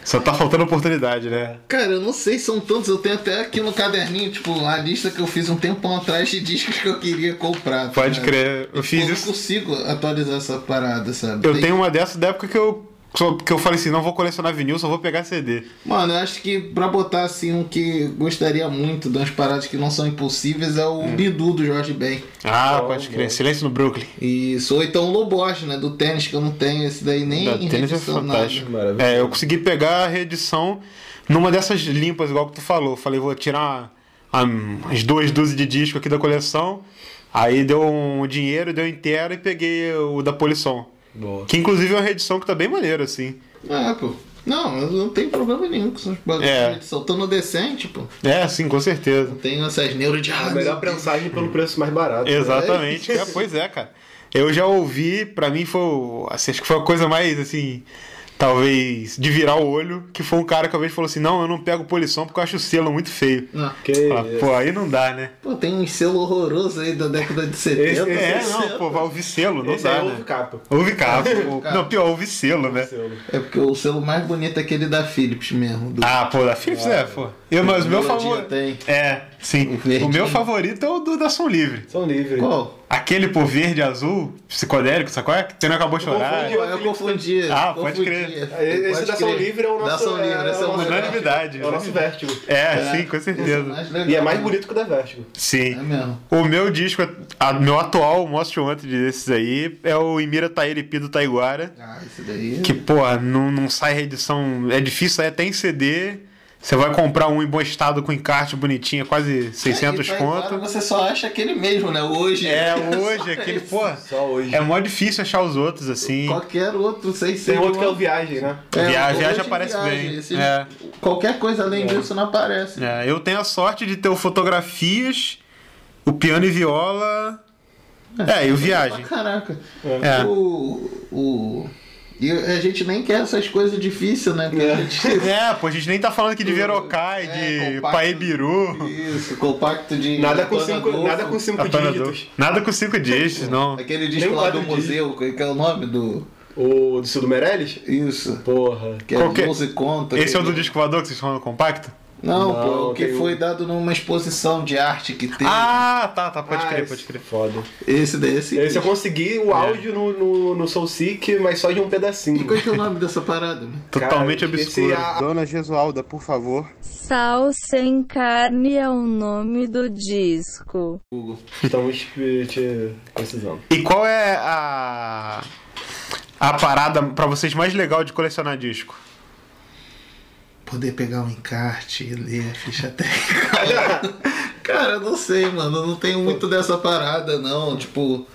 Speaker 6: Só tá faltando oportunidade, né?
Speaker 3: Cara, eu não sei, são tantos. Eu tenho até aqui no caderninho, tipo, a lista que eu fiz um tempão atrás de discos que eu queria comprar. tá
Speaker 6: Pode
Speaker 3: ligado?
Speaker 6: crer. Eu
Speaker 3: Tipo,
Speaker 6: fiz
Speaker 3: não
Speaker 6: isso.
Speaker 3: consigo atualizar essa parada, sabe?
Speaker 6: Eu
Speaker 3: Tem-
Speaker 6: tenho uma dessa da época que eu só- que eu falei assim, não vou colecionar vinil, só vou pegar CD.
Speaker 3: Mano, eu acho que pra botar assim um que eu gostaria muito de umas paradas que não são impossíveis é o
Speaker 6: Hum.
Speaker 3: Bidu do Jorge Ben.
Speaker 6: Ah, pode crer. Silêncio no Brooklyn.
Speaker 3: Isso, ou então o Lobosch, né? Do tênis que eu não tenho, esse daí nem
Speaker 6: Da tênis é
Speaker 3: reedição, nada.
Speaker 6: fantástico.
Speaker 7: Maravilha.
Speaker 6: É, eu consegui pegar a reedição numa dessas limpas, igual que tu falou. Falei, vou tirar a- as duas dúzias de disco aqui da coleção. Aí deu um dinheiro, deu inteiro e peguei o da Polição.
Speaker 7: Boa.
Speaker 6: Que inclusive é uma reedição que tá bem maneira, assim.
Speaker 3: Ah, pô. Não, eu não tenho problema nenhum com essas bagulhos
Speaker 6: É.
Speaker 3: de reedição. Tô no decente, pô.
Speaker 6: É, sim, com certeza.
Speaker 3: Não tenho essas neuras de
Speaker 7: A
Speaker 3: ah,
Speaker 7: melhor prensagem pelo preço mais barato. né?
Speaker 6: Exatamente. É, pois é, cara. Eu já ouvi, pra mim foi. o- assim, acho que foi a coisa mais assim. Talvez de virar o olho, que foi um cara que uma vez falou assim: Não, eu não pego polição porque eu acho o selo muito feio.
Speaker 3: Ah,
Speaker 7: Que
Speaker 6: Ah,
Speaker 7: isso.
Speaker 6: pô, aí não dá, né?
Speaker 3: Pô, tem um selo horroroso aí da década de
Speaker 7: Esse-
Speaker 3: 70.
Speaker 6: É, não, pô, vai ouvir selo, não
Speaker 7: Esse
Speaker 6: dá,
Speaker 7: aí é
Speaker 6: né?
Speaker 7: ovo capa.
Speaker 6: Ouve capa. pô. Não, pior, ouve selo, né?
Speaker 3: É porque o selo mais bonito é aquele da Philips mesmo. Do...
Speaker 6: Ah, pô, da Philips é, pô. Eu, mas o meu
Speaker 3: Melodia
Speaker 6: favorito.
Speaker 3: tem.
Speaker 6: É, sim.
Speaker 3: O verdinho.
Speaker 6: O meu favorito é o do da Som Livre.
Speaker 7: São livres.
Speaker 3: Qual?
Speaker 6: Aquele, pô, verde, azul, psicodélico, sabe qual é? Que Você não acabou de chorar.
Speaker 7: confundi
Speaker 3: Pô, eu confundi.
Speaker 6: Ah, pode
Speaker 3: confundi.
Speaker 6: crer.
Speaker 7: Esse
Speaker 3: Pode
Speaker 7: da São
Speaker 3: crer.
Speaker 7: Livre é o nosso.
Speaker 3: Da São Livre, esse é o
Speaker 7: nosso-
Speaker 3: melhor.
Speaker 6: Unanimidade.
Speaker 7: É o nosso vértigo.
Speaker 6: É, sim, com certeza.
Speaker 3: Mais legal,
Speaker 7: E é mais
Speaker 3: né?
Speaker 7: bonito que o da Vértigo.
Speaker 6: Sim.
Speaker 3: É mesmo.
Speaker 6: O meu disco, a- meu atual, o Most Wanted desses aí, é o Imira Taíri Pi do Taiguara.
Speaker 3: Ah, esse daí.
Speaker 6: Que, porra, não, não sai reedição. É difícil, é até em CD. Você vai comprar um em bom estado com encarte bonitinho, é quase 600
Speaker 7: tá
Speaker 3: Aí,
Speaker 6: conto.
Speaker 3: agora Você só acha aquele mesmo, né? Hoje.
Speaker 6: É, hoje,
Speaker 3: *laughs*
Speaker 6: aquele, porra.
Speaker 7: Só hoje.
Speaker 6: É mó difícil achar os outros, assim.
Speaker 3: Qualquer outro, sem ser.
Speaker 7: Tem outro que é o Viagem, né?
Speaker 6: Viagem,
Speaker 3: é, hoje
Speaker 6: viagem aparece bem.
Speaker 7: assim.
Speaker 6: É.
Speaker 3: Qualquer coisa além disso não aparece.
Speaker 6: É, eu tenho a sorte de ter o fotografias, o piano e
Speaker 7: *laughs*
Speaker 6: viola. É, e o
Speaker 3: Pra
Speaker 6: viagem.
Speaker 3: caraca.
Speaker 6: É.
Speaker 3: O. o... E a gente nem quer essas coisas difíceis, né? Porque a gente-
Speaker 6: É, pô, a gente nem tá falando aqui de Verocai,
Speaker 3: É,
Speaker 6: de
Speaker 3: compacto.
Speaker 6: Paibiru.
Speaker 3: Isso, compacto de.
Speaker 7: Nada com
Speaker 3: Atona
Speaker 7: cinco,
Speaker 3: Golfo.
Speaker 7: nada com cinco
Speaker 6: Apanador.
Speaker 7: dígitos.
Speaker 6: Nada com cinco dígitos, não.
Speaker 3: Aquele disco
Speaker 7: Nem
Speaker 3: lá do
Speaker 7: quatro
Speaker 3: museu, que que é o nome do.
Speaker 7: O do Sul do Meirelles?
Speaker 3: Isso.
Speaker 7: Porra.
Speaker 3: Que é
Speaker 6: Qual que é?
Speaker 3: 12 conto.
Speaker 6: Esse é o
Speaker 3: aquele-
Speaker 7: né?
Speaker 6: do disco voador que vocês falam no compacto?
Speaker 3: Não,
Speaker 7: Não,
Speaker 3: pô, o que
Speaker 7: tem um-
Speaker 3: foi dado numa exposição de arte que teve.
Speaker 6: Ah, tá, tá, pode
Speaker 7: Ah,
Speaker 6: crer,
Speaker 7: esse-
Speaker 6: pode crer.
Speaker 7: Foda. É.
Speaker 3: Esse é desse.
Speaker 6: é
Speaker 7: Esse eu consegui o áudio no, no, no Soul Seek, mas só de um pedacinho.
Speaker 3: Qual que é o nome dessa parada? mano?
Speaker 6: Totalmente
Speaker 7: Cara, eu esqueci
Speaker 6: obscuro.
Speaker 7: a-
Speaker 6: Dona Gesualda, por favor.
Speaker 8: Sal sem carne é o nome do disco.
Speaker 7: Estamos eh, te precisando.
Speaker 6: E qual é a. A parada pra vocês mais legal de colecionar disco?
Speaker 3: Poder pegar um encarte e ler a ficha técnica. Cara, eu não sei, mano. Eu não tenho muito dessa parada, não. Tipo.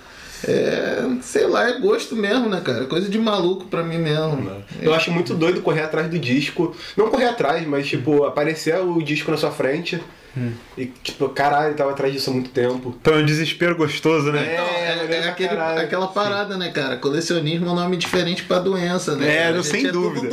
Speaker 3: É, sei lá, é gosto mesmo, né, cara? Coisa de maluco pra mim mesmo.
Speaker 7: Eu acho muito doido correr atrás do disco. Não correr atrás, mas tipo, aparecer o disco na sua frente. E tipo, caralho, tava atrás disso há muito tempo.
Speaker 6: Então é um desespero gostoso, né?
Speaker 3: Então, é,
Speaker 7: maneiro
Speaker 3: é
Speaker 7: pra
Speaker 3: aquele-
Speaker 7: caralho.
Speaker 3: aquela parada, né, cara? Colecionismo é um nome diferente pra doença, né?
Speaker 6: É,
Speaker 3: cara?
Speaker 6: não,
Speaker 3: A gente
Speaker 6: sem
Speaker 3: é tudo
Speaker 6: dúvida.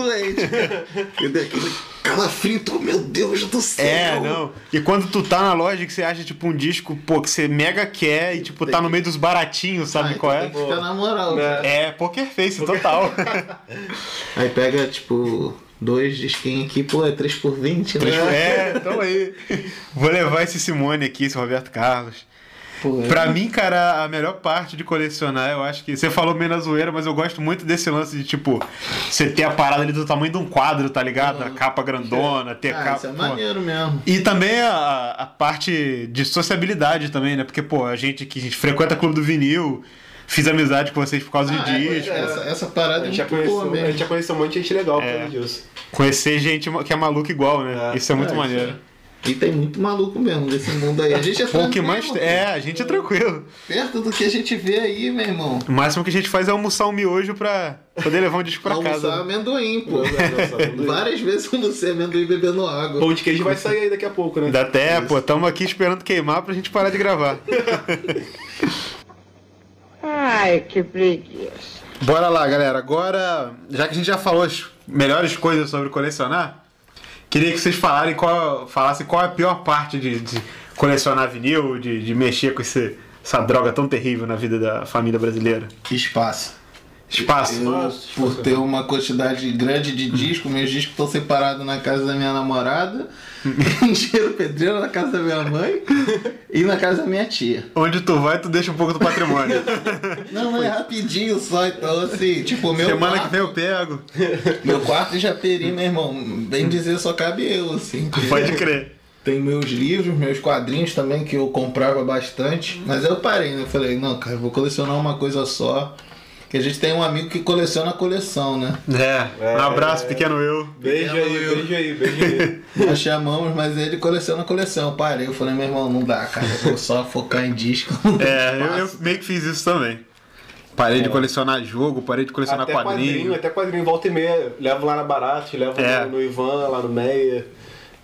Speaker 6: *laughs*
Speaker 3: doente. cara. Eu dei aquele calafrio, tô, meu Deus do céu.
Speaker 6: É, não. E quando tu tá na loja que você acha, tipo, um disco, pô, que você mega quer e, tipo, tá no meio dos baratinhos,
Speaker 3: Ah,
Speaker 6: sabe
Speaker 3: então
Speaker 6: qual
Speaker 3: Tem
Speaker 6: é?
Speaker 3: que ficar na moral. cara.
Speaker 6: É, poker face total.
Speaker 3: Aí pega, tipo, dois de skin aqui, pô, é 3 por 20, né?
Speaker 6: *laughs* é, então aí. Vou levar esse Simone aqui, esse Roberto Carlos.
Speaker 3: Pô, é.
Speaker 6: Pra mim, cara, a melhor parte de colecionar, eu acho que. Você falou meio na zoeira, mas eu gosto muito desse lance de, tipo, você ter a parada ali do tamanho de um quadro, tá ligado? A capa grandona, ter
Speaker 3: Uhum. Ah,
Speaker 6: capa.
Speaker 3: isso é
Speaker 6: pô.
Speaker 3: maneiro mesmo.
Speaker 6: E também a, a parte de sociabilidade também, né? Porque, pô, a gente que frequenta Clube do Vinil, fiz amizade com vocês por causa
Speaker 3: Ah,
Speaker 6: de
Speaker 3: é,
Speaker 6: disco.
Speaker 3: essa, essa
Speaker 7: A
Speaker 3: parada é
Speaker 7: gente, já
Speaker 3: muito
Speaker 7: conheceu,
Speaker 3: boa
Speaker 7: a gente
Speaker 3: mesmo.
Speaker 7: já conheceu um monte de gente legal por
Speaker 6: É.
Speaker 7: causa disso.
Speaker 6: Conhecer gente que é maluca igual, né?
Speaker 7: É.
Speaker 6: Isso é muito
Speaker 3: É,
Speaker 6: maneiro.
Speaker 3: E tem muito maluco mesmo desse mundo aí. A gente é
Speaker 6: Pô, o que
Speaker 3: tranquilo,
Speaker 6: mais.
Speaker 3: pô.
Speaker 6: É, a gente é tranquilo.
Speaker 3: Perto do que a gente vê aí, meu irmão.
Speaker 6: O máximo que a gente faz é almoçar um miojo pra poder levar um disco pra
Speaker 3: Almoçar
Speaker 6: casa. é.
Speaker 3: amendoim, pô. *laughs*
Speaker 7: Nossa,
Speaker 3: Várias vezes almocei amendoim bebendo água.
Speaker 7: Pão de queijo vai sair aí daqui a pouco, né?
Speaker 6: Dá até, pô, tamo aqui esperando queimar pra gente parar de gravar.
Speaker 5: Ai, que preguiça.
Speaker 6: Bora lá, galera. Agora, já que a gente já falou as melhores coisas sobre colecionar, queria que vocês falarem qual, falassem qual é a pior parte de, de colecionar vinil, de, de mexer com esse- essa droga tão terrível na vida da família brasileira.
Speaker 3: Espaço.
Speaker 6: Espaço.
Speaker 3: Eu, por ter uma quantidade grande de disco, meus discos estão separados na casa da minha namorada, *laughs* em Engenheiro Pedreiro, na casa da minha mãe e na casa da minha tia.
Speaker 6: Onde tu vai, tu deixa um pouco do patrimônio.
Speaker 3: Não, não, é rapidinho só, então assim, tipo, meu
Speaker 6: Semana que
Speaker 3: quarto,
Speaker 6: vem eu pego.
Speaker 3: meu quarto em Japeri, meu irmão, bem dizer, só cabe eu, assim.
Speaker 6: Pode crer.
Speaker 3: Tem meus livros, meus quadrinhos também, que eu comprava bastante. Mas eu parei, né? Eu falei, não, cara, eu vou colecionar uma coisa só. Que a gente tem um amigo que coleciona a coleção, né?
Speaker 6: É, um abraço, pequeno eu.
Speaker 7: Beijo aí,
Speaker 3: Belo eu.
Speaker 7: beijo aí, beijo
Speaker 6: *laughs*
Speaker 7: aí.
Speaker 3: *laughs* Nós chamamos, mas ele coleciona a coleção. Eu parei, eu falei, meu irmão, não dá, cara. Eu vou só focar em disco.
Speaker 6: *laughs* É, eu, eu meio que fiz isso também. Parei de colecionar jogo, parei de colecionar
Speaker 7: até quadrinho. até quadrinho, volta e meia. Levo lá na Barate, levo
Speaker 6: É.
Speaker 7: no, no Ivan, lá no Meia.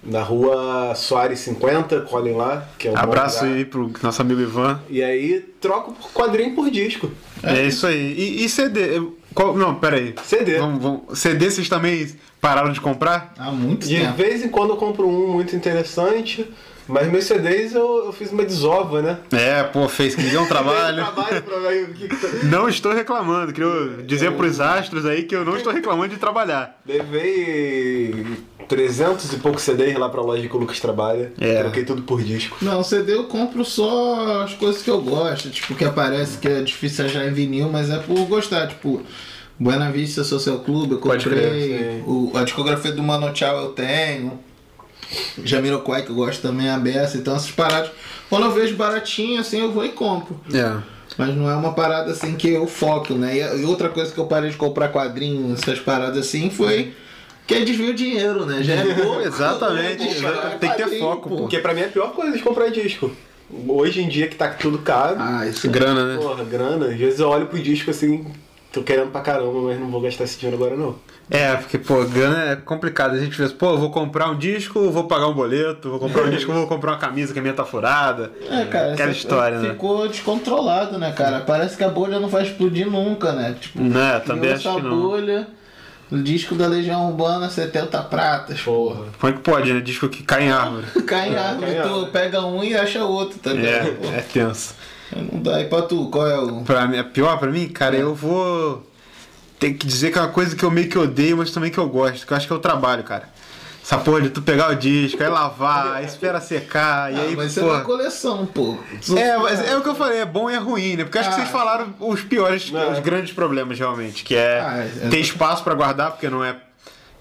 Speaker 7: Na rua Soares 50, colhem lá, que é um
Speaker 6: Abraço
Speaker 7: bom lugar.
Speaker 6: aí pro nosso amigo Ivan.
Speaker 7: E aí troco por quadrinho por disco.
Speaker 6: É isso aí. E, e CD? Qual- não, peraí.
Speaker 7: CD.
Speaker 6: Vamos, vamos- CD vocês também pararam de comprar?
Speaker 3: Há muito
Speaker 7: De
Speaker 3: tempo.
Speaker 7: vez em quando eu compro um muito interessante, mas meus CDs eu, eu fiz uma desova, né?
Speaker 6: É, pô, fez que deu um trabalho.
Speaker 7: Trabalho pra ver o que que tá-
Speaker 6: *laughs* Não estou reclamando, queria dizer pros astros aí que eu não estou reclamando de trabalhar.
Speaker 7: Levei 300 e poucos CDs lá pra loja que o Lucas trabalha.
Speaker 6: É.
Speaker 7: Troquei tudo por disco.
Speaker 3: Não, CD eu compro só as coisas que eu gosto, tipo, que aparece que é difícil achar em vinil, mas é por gostar, tipo, Buena Vista Social Club, eu
Speaker 6: Pode
Speaker 3: comprei, o, a discografia do Mano Tchau eu tenho, Jamiroquai que eu gosto também, a beça, então essas paradas, quando eu vejo baratinho, assim, eu vou e compro.
Speaker 6: É.
Speaker 3: Mas não é uma parada assim que eu foco, né? E a- E outra coisa que eu parei de comprar quadrinhos, essas paradas assim, foi que é desvio de dinheiro, né? Já é
Speaker 6: *laughs*
Speaker 3: pouco.
Speaker 6: Exatamente,
Speaker 3: eu vou comprar
Speaker 6: tem que ter
Speaker 3: quadrinho,
Speaker 6: foco, pô.
Speaker 7: Porque pra mim é a pior coisa de comprar disco. Hoje em dia que tá tudo caro,
Speaker 3: Ah, isso é
Speaker 6: Grana, né?
Speaker 7: porra, grana, às vezes eu olho pro disco assim, tô querendo pra caramba, mas não vou gastar esse dinheiro agora não.
Speaker 6: É, porque, pô, grana é complicado. A gente pensa, pô, eu vou comprar um disco, vou pagar um boleto, vou comprar um disco, vou comprar uma camisa que a minha tá furada.
Speaker 3: É, cara,
Speaker 6: Aquela
Speaker 3: essa-
Speaker 6: história, né?
Speaker 3: Ficou descontrolado, né, cara? Parece que a bolha não vai explodir nunca, né? Tipo,
Speaker 6: Né, também
Speaker 3: criou
Speaker 6: acho
Speaker 3: essa
Speaker 6: que não.
Speaker 3: bolha, o disco da Legião Urbana, 70 pratas, porra.
Speaker 6: Como é que pode, né? Disco que É, cai em árvore.
Speaker 3: Cai em árvore,
Speaker 7: cai em
Speaker 3: tu
Speaker 7: árvore.
Speaker 3: pega um e acha outro, tá ligado?
Speaker 6: É, é tenso.
Speaker 3: Pô, Não dá. E pra tu, qual é o.
Speaker 6: Pra mim, a pior pra mim, cara, eu vou ter que dizer que é uma coisa que eu meio que odeio, mas também que eu gosto, que eu acho que é o trabalho, cara. Essa porra de tu pegar o disco, aí lavar, aí espera secar, e
Speaker 3: Ah,
Speaker 6: aí,
Speaker 3: mas isso é uma
Speaker 6: pô.
Speaker 3: coleção, pô.
Speaker 6: É, mas é o que eu falei, é bom e é ruim, né? Porque eu acho que
Speaker 3: Ah.
Speaker 6: vocês falaram os piores, os grandes problemas realmente, que é
Speaker 3: Ah, é-
Speaker 6: ter espaço pra guardar, porque não é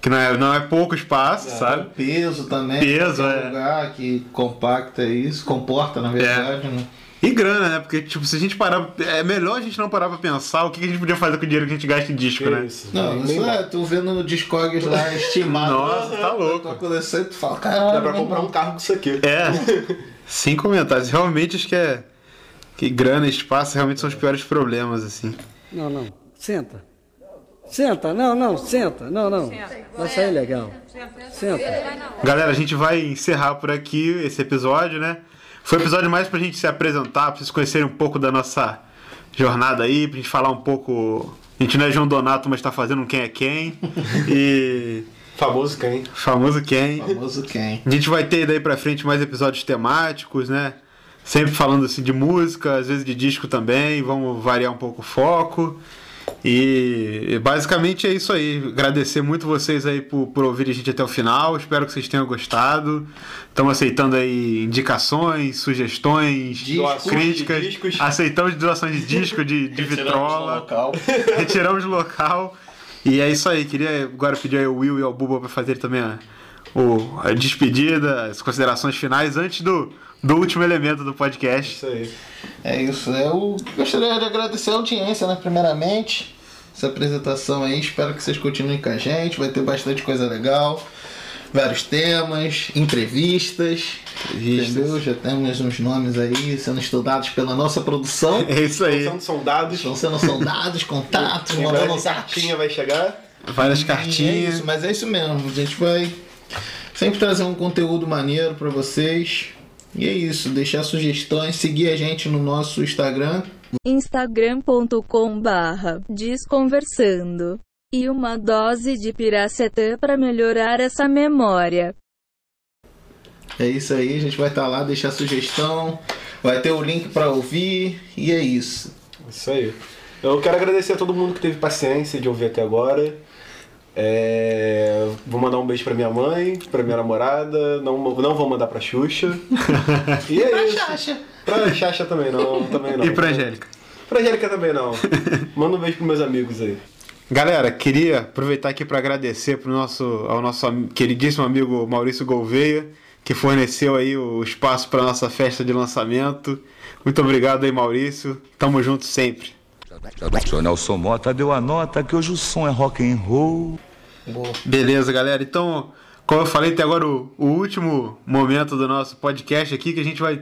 Speaker 6: que não é, não é pouco espaço, sabe?
Speaker 3: Peso também.
Speaker 6: Peso,
Speaker 3: tem
Speaker 6: é.
Speaker 3: lugar que compacta isso, comporta, na verdade, né?
Speaker 6: E grana, né? Porque, tipo, se a gente parar. É melhor a gente não parar pra pensar o que que a gente podia fazer com o dinheiro que a gente gasta em disco, né?
Speaker 3: Não,
Speaker 7: É nem-
Speaker 3: isso
Speaker 7: nem
Speaker 3: é, tu vendo no Discogs lá estimado.
Speaker 6: Nossa, tá louco.
Speaker 3: Tua coleção e tu fala,
Speaker 7: Dá
Speaker 3: caralho.
Speaker 7: pra
Speaker 3: meu
Speaker 7: comprar um
Speaker 3: irmão.
Speaker 7: carro com isso aqui.
Speaker 6: É, sem comentários. Realmente acho que é. Que grana, espaço realmente são os piores problemas, assim.
Speaker 9: Não, não. Senta.
Speaker 10: Senta, não, não, senta, não, não. Vai sair legal. Senta.
Speaker 6: Galera, a gente vai encerrar por aqui esse episódio, né? Foi um episódio mais pra gente se apresentar, pra vocês conhecerem um pouco da nossa jornada aí, pra gente falar um pouco. A gente não é João Donato, mas tá fazendo um quem é quem. E.
Speaker 7: Famoso quem?
Speaker 6: Famoso quem.
Speaker 3: Famoso quem?
Speaker 6: A gente vai ter daí pra frente mais episódios temáticos, né? Sempre falando assim de música, às vezes de disco também, vamos variar um pouco o foco. E e basicamente é isso aí. Agradecer muito vocês aí por, por ouvir a gente até o final. Espero que vocês tenham gostado. Estamos aceitando aí indicações, sugestões,
Speaker 7: Discos,
Speaker 6: críticas.
Speaker 7: discos.
Speaker 6: Aceitamos doações de disco, de, de vitrola.
Speaker 11: local.
Speaker 6: Retiramos o local. E é isso aí. Queria agora pedir ao Will e ao Buba para fazer também a, o- a despedida, as considerações finais antes do, do último elemento do podcast.
Speaker 7: Isso aí.
Speaker 3: É isso. Eu gostaria de agradecer a audiência, né? Primeiramente, essa apresentação aí. Espero que vocês continuem com a gente. Vai ter bastante coisa legal. Vários temas, entrevistas. Entendeu? Já temos uns nomes aí sendo estudados pela nossa
Speaker 6: *laughs*
Speaker 3: produção.
Speaker 6: É isso aí.
Speaker 7: São, são dados.
Speaker 3: Estão sendo soldados, contatos,
Speaker 7: Em breve
Speaker 3: mandando
Speaker 7: cartinha vai chegar.
Speaker 6: Várias
Speaker 3: É
Speaker 6: cartinhas.
Speaker 3: isso, mas é isso mesmo. A gente vai sempre trazer um conteúdo maneiro pra vocês. E é isso. Deixar sugestões, seguir a gente no nosso Instagram.
Speaker 8: instagram.com barra desconversando. E uma dose de piracetã para melhorar essa memória.
Speaker 3: É isso aí. A gente vai estar lá, deixar sugestão. Vai ter o link pra ouvir. E é isso.
Speaker 7: Isso aí. Eu quero agradecer a todo mundo que teve paciência de ouvir até agora. É, Vou mandar um beijo pra minha mãe, pra minha namorada. Não, não vou mandar pra Xuxa. E é isso.
Speaker 3: Chacha.
Speaker 7: Pra Xaxa também não, também não.
Speaker 6: E pra Angélica.
Speaker 7: Pra Angélica também não. Manda um beijo pros meus amigos aí.
Speaker 6: Galera, queria aproveitar aqui para agradecer pro nosso, ao nosso am- queridíssimo amigo Maurício Gouveia, que forneceu aí o espaço para nossa festa de lançamento. Muito obrigado aí, Maurício. Tamo junto sempre.
Speaker 11: Seu Nelson Mota deu a nota que hoje o som é rock and roll.
Speaker 6: Beleza, galera. Então, como eu falei até agora, o, o último momento do nosso podcast aqui, que a gente vai.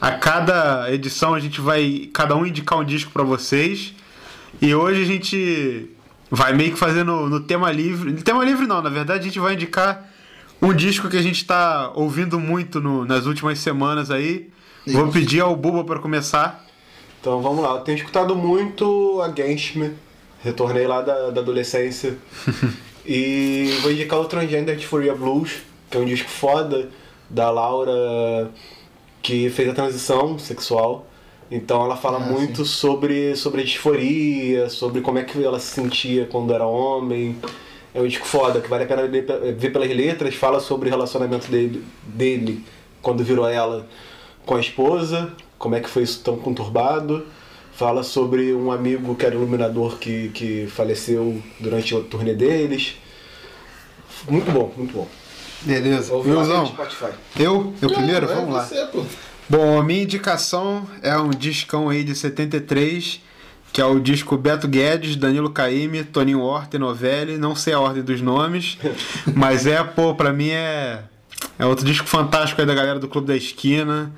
Speaker 6: A cada edição a gente vai. Cada um indicar um disco pra vocês. E hoje a gente vai meio que fazer no, no tema livre. No tema livre não, na verdade a gente vai indicar um disco que a gente tá ouvindo muito no- nas últimas semanas aí. Vou pedir ao Buba pra começar.
Speaker 7: Então vamos lá. Eu tenho escutado muito Against Me. Retornei lá da, da adolescência. *laughs* e vou indicar o Transgender Euphoria Blues, que é um disco foda da Laura que fez a transição sexual. Então ela fala muito sobre, sobre a disforia, sobre como é que ela se sentia quando era homem. É um disco foda, que vale a pena ver pe- ver pelas letras, fala sobre o relacionamento dele, dele quando virou ela com a esposa, como é que foi isso tão conturbado. Fala sobre um amigo que era iluminador que, que faleceu durante o turnê deles. Muito bom, muito bom.
Speaker 6: Beleza.
Speaker 7: Ouve lá no
Speaker 6: Wilson,
Speaker 7: Spotify.
Speaker 6: eu? Eu primeiro?
Speaker 3: É
Speaker 6: Vamos lá.
Speaker 3: você, pô.
Speaker 6: Bom, a minha indicação é um discão aí de 73, que é o disco Beto Guedes, Danilo Caime, Toninho Horta e Novelli, não sei a ordem dos nomes, mas é, pô, pra mim é, é outro disco fantástico aí da galera do Clube da Esquina.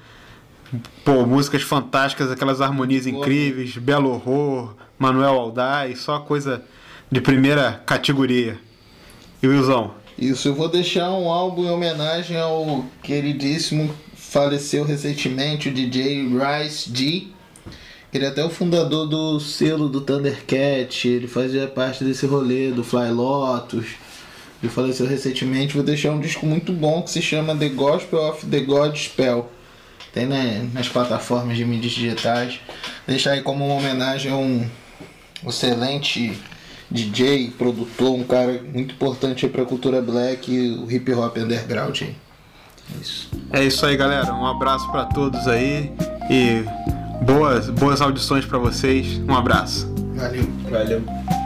Speaker 6: Pô, músicas fantásticas, aquelas harmonias incríveis, Belo Horror, Manuel Aldai, só coisa de primeira categoria. E o Wilson?
Speaker 3: Isso, eu vou deixar um álbum em homenagem ao queridíssimo, faleceu recentemente, o DJ Rice G. Ele é até o fundador do selo do Thundercat, ele fazia parte desse rolê do Fly Lotus. Ele faleceu recentemente, vou deixar um disco muito bom que se chama The Gospel of the Godspell. Tem na- nas plataformas de mídias digitais. Deixar aí como uma homenagem a um excelente DJ, produtor, um cara muito importante aí pra cultura black e o hip hop underground aí.
Speaker 6: É isso aí, galera. Um abraço pra todos aí e boas, boas audições pra vocês. Um abraço.
Speaker 3: Valeu.
Speaker 7: Valeu.